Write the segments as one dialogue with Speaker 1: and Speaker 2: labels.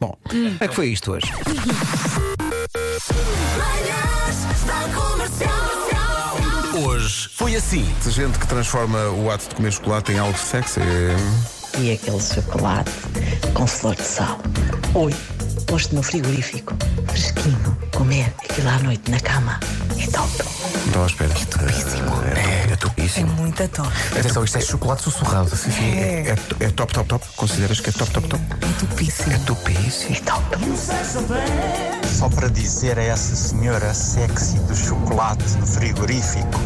Speaker 1: Bom, é que foi isto hoje.
Speaker 2: Manhãs da Comercial.
Speaker 3: Hoje foi assim.
Speaker 4: De gente que transforma o ato de comer chocolate em algo sexy. é-
Speaker 5: E aquele chocolate com flor de sal. Oi, posto no frigorífico, fresquinho, comer aquilo à noite na cama. É top.
Speaker 4: Não estava à espera. É topíssimo. É, topíssimo.
Speaker 6: Muita top.
Speaker 3: Atenção, isto é chocolate sussurrado.
Speaker 4: É, to- é top, top, top. Consideras que é top, top, top?
Speaker 6: É topíssimo.
Speaker 4: É topíssimo.
Speaker 5: É top.
Speaker 7: Só para dizer a essa senhora sexy do chocolate no frigorífico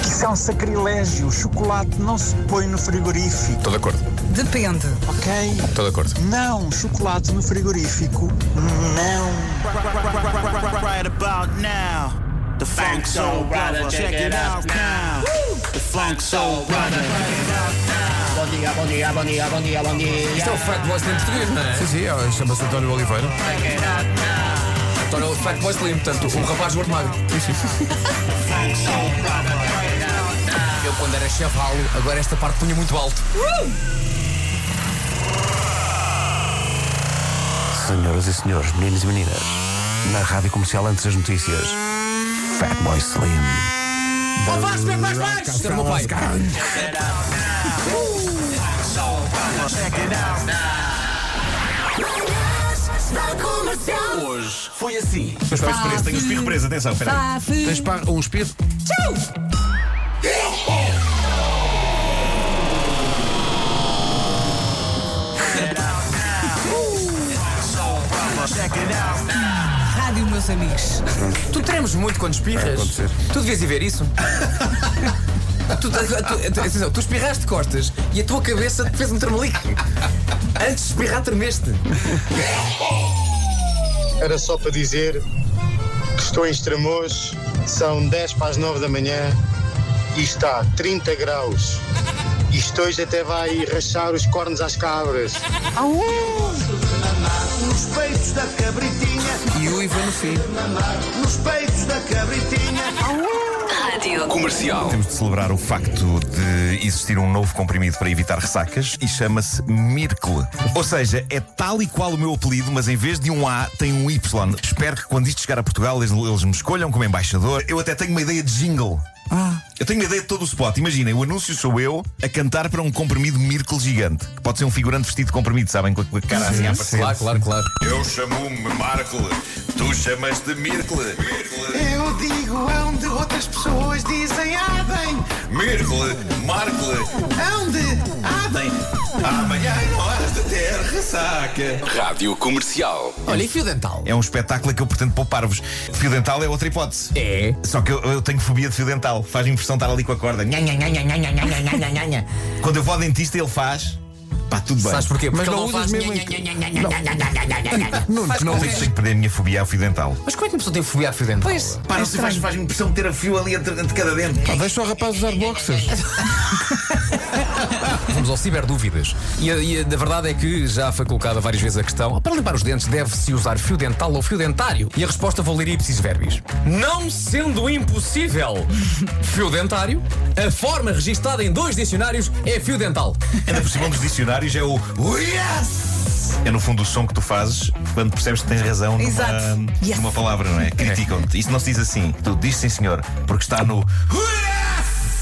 Speaker 7: que isso é um sacrilégio. O chocolate não se põe no frigorífico,
Speaker 4: Estou de acordo.
Speaker 6: Depende.
Speaker 7: ok?
Speaker 4: Estou de acordo.
Speaker 7: Não, chocolate no frigorífico, não.
Speaker 8: right about now. The funk soul brother, check it out now. The funk soul brother.
Speaker 3: Isto é o Fat Boy Slim português, não é?
Speaker 4: Sim, sim, ela chama-se António Oliveira.
Speaker 3: Torna o Fat Boy Slim, portanto, um rapaz gordo magro. Eu, quando era chavalo, agora esta parte punha muito alto.
Speaker 1: Senhoras e senhores, meninos e meninas, na rádio comercial antes das notícias, Fatboy Slim.
Speaker 3: Oh, baixo, mais, mais, mais! Era o meu pai.
Speaker 2: Manhãs da Comercial. Tá
Speaker 3: Foi assim.
Speaker 9: Mas foi surpresa, tenho o espirro preso, atenção, espera aí.
Speaker 4: Tens par, um espírito.
Speaker 6: Rádio, meus amigos.
Speaker 3: Tu tremes muito quando
Speaker 4: Vai
Speaker 3: espirras.
Speaker 4: acontecer.
Speaker 3: tu devias ir ver isso. tu, tu- tu- tu- atenção, tu espirraste de costas e a tua cabeça te fez um tremelique. Antes de espirrar, tremeste.
Speaker 10: Era só para dizer que estou em Estremoz, são 10 para as 9 da manhã e está 30 graus. Isto hoje até vai rachar os cornos às cabras.
Speaker 8: Nos peitos da cabritinha.
Speaker 4: E o Ivan no fim.
Speaker 8: Nos peitos da cabritinha.
Speaker 9: Temos de celebrar o facto de existir um novo comprimido para evitar ressacas e chama-se Mircle. Ou seja, é tal e qual o meu apelido, mas em vez de um A, tem um Y. Espero que quando isto chegar a Portugal, eles, eles me escolham como embaixador. Eu até tenho uma ideia de jingle. Eu tenho uma ideia de todo o spot. Imaginem, o anúncio sou eu a cantar para um comprimido Miracle gigante, que pode ser um figurante vestido de comprimido, sabem? Com a- com a cara assim à aparecer.
Speaker 3: Claro, claro, claro.
Speaker 9: Eu chamo-me Markle, tu chamas-te Mirkle.
Speaker 8: Eu digo onde outras pessoas dizem adem.
Speaker 9: Mirkle, Markle,
Speaker 8: Onde? Adem.
Speaker 9: amanhã não has de ter ressaca.
Speaker 3: Olha, e fio dental?
Speaker 9: É um espetáculo que eu pretendo poupar-vos. Fio dental é outra hipótese.
Speaker 3: É.
Speaker 9: Só que eu, eu tenho fobia de fio dental. Faz impressão estar ali com a corda. Nha, nha, nha, nha, nha, nha, nha, nha, nha, nha, nha. Quando eu vou ao dentista, ele faz. Pá, tudo bem.
Speaker 3: Sabes porquê?
Speaker 4: Mas
Speaker 3: Porque ele
Speaker 4: não
Speaker 3: não
Speaker 4: usas
Speaker 3: faz...
Speaker 4: mesmo em- Nuno,
Speaker 3: Faz
Speaker 4: não
Speaker 9: Mas
Speaker 3: qualquer-
Speaker 9: eu tenho que perder a minha fobia ao fio dental.
Speaker 3: Mas como é que uma pessoa tem fobia a fio dental?
Speaker 6: Pois.
Speaker 9: Pá, não sei, faz- faz-me impressão de ter a fio ali entre, entre cada dente.
Speaker 4: Pá, Deixa o rapaz usar boxers.
Speaker 3: Vamos ao ciberdúvidas. E, a- e a da verdade é que já foi colocada várias vezes a questão: "Ah, para limpar os dentes, deve-se usar fio dental ou fio dentário? E a resposta vou ler ipsis verbis. Não sendo impossível fio dentário, a forma registada em dois dicionários é fio dental.
Speaker 9: Ainda por cima um dos dicionários é o "Oh, yes! É no fundo o som que tu fazes quando percebes que tens razão numa,
Speaker 6: Exato. Yes.
Speaker 9: numa palavra, não é? Criticam-te. Isso não se diz assim. Tu dizes sim, senhor, porque está no "Oh, yes!"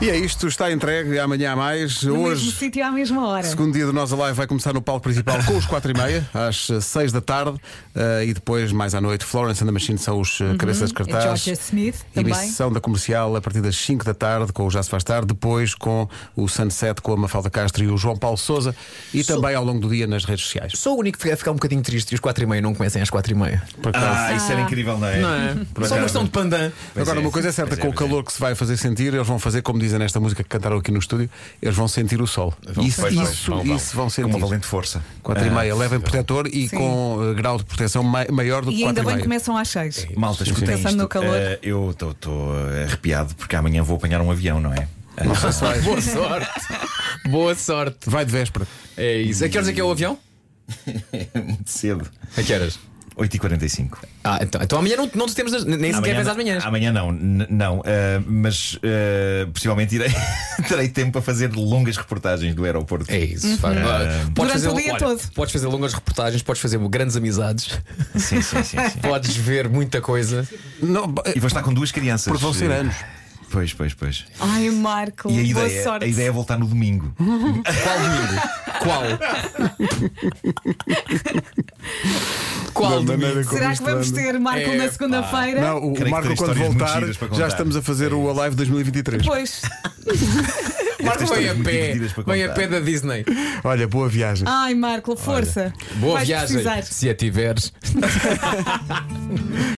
Speaker 4: E é isto, está entregue, amanhã há mais.
Speaker 6: No
Speaker 4: Hoje.
Speaker 6: mesmo sítio à mesma hora.
Speaker 4: Segundo dia do Nós Alive vai começar no palco principal com os 4 e meia, às 6 da tarde, eh, e depois, mais à noite, Florence and the Machine são os eh, cabeças de cartaz.
Speaker 6: E Georgia Smith também.
Speaker 4: Emissão da comercial a partir das 5 da tarde, com o Já Se Faz Tarde, depois com o Sunset, com a Mafalda Castro e o João Paulo Souza, e também ao longo do dia nas redes sociais.
Speaker 3: Sou o único que vai ficar um bocadinho triste e os 4 e meia não comecem às 4 e meia.
Speaker 4: Por acaso.
Speaker 9: Ah, isso era incrível, não é?
Speaker 3: Não é?
Speaker 9: Por
Speaker 3: Só uma
Speaker 9: acaso.
Speaker 3: questão de pandan.
Speaker 9: Pois
Speaker 4: Agora,
Speaker 9: é,
Speaker 4: uma coisa é
Speaker 9: pois
Speaker 4: certa, com o
Speaker 9: pois
Speaker 4: calor que se vai fazer sentir, eles vão fazer, como dizem nesta música que cantaram aqui no estúdio, eles vão sentir o sol. Isso,
Speaker 9: Pois vão,
Speaker 4: isso,
Speaker 9: vão, vão.
Speaker 4: isso vão
Speaker 9: Com uma
Speaker 4: sentir.
Speaker 9: valente força.
Speaker 4: 4 e meia, levem protetor e com eh, grau de proteção mai- maior do que
Speaker 6: E
Speaker 4: 4
Speaker 6: ainda
Speaker 4: e
Speaker 6: bem que
Speaker 4: meia.
Speaker 6: começam às seis.
Speaker 9: Malta, escutem
Speaker 6: Pensando
Speaker 9: isto.
Speaker 6: no calor.
Speaker 9: Eh, eu estou arrepiado porque amanhã vou apanhar um avião, não é? Eh,
Speaker 3: Boa sorte. Boa sorte.
Speaker 4: Vai de véspera.
Speaker 3: É isso. A que horas é que é o avião?
Speaker 9: muito cedo.
Speaker 3: A que horas?
Speaker 9: 8h45.
Speaker 3: Ah, então, então amanhã não, não te temos, nas- nem sequer vens às manhãs.
Speaker 9: Amanhã não, n- não. ah, mas ah, possivelmente irei, terei tempo para fazer longas reportagens do aeroporto. É
Speaker 3: isso, faz- Ah,
Speaker 6: Durante o dia
Speaker 3: olha,
Speaker 6: todo.
Speaker 3: Podes fazer longas reportagens, podes fazer grandes amizades.
Speaker 9: Sim, sim, sim. sim.
Speaker 3: Podes ver muita coisa.
Speaker 4: Não, eh,
Speaker 9: E vou estar com duas crianças.
Speaker 4: Porque vão ser
Speaker 9: Eh,
Speaker 4: anos.
Speaker 9: Pois, pois, pois.
Speaker 6: Ai, Marco,
Speaker 9: E a
Speaker 6: boa
Speaker 9: ideia,
Speaker 6: sorte.
Speaker 9: a ideia é voltar no domingo.
Speaker 3: Qual domingo? Qual? Qual
Speaker 4: Da maneira
Speaker 3: domingo?
Speaker 4: como
Speaker 6: Será que
Speaker 4: isto
Speaker 6: vamos
Speaker 4: anda.
Speaker 6: ter Marco
Speaker 3: É,
Speaker 6: na
Speaker 3: pá.
Speaker 6: segunda-feira?
Speaker 4: Não, o
Speaker 9: Creio que
Speaker 4: Marco
Speaker 9: tem
Speaker 4: quando
Speaker 9: histórias muito
Speaker 4: voltar
Speaker 9: giras para
Speaker 4: já
Speaker 9: contar. É
Speaker 4: estamos a fazer o Alive 2023.
Speaker 6: Pois.
Speaker 3: Marco
Speaker 9: Estas
Speaker 3: vem a
Speaker 9: histórias muito
Speaker 3: pé,
Speaker 9: divertidas para
Speaker 3: vem a
Speaker 9: contar.
Speaker 3: pé da Disney.
Speaker 4: Olha, boa viagem.
Speaker 6: Ai, Marco, força.
Speaker 3: Boa
Speaker 6: Vais
Speaker 3: viagem,
Speaker 6: precisar.
Speaker 3: se a tiveres.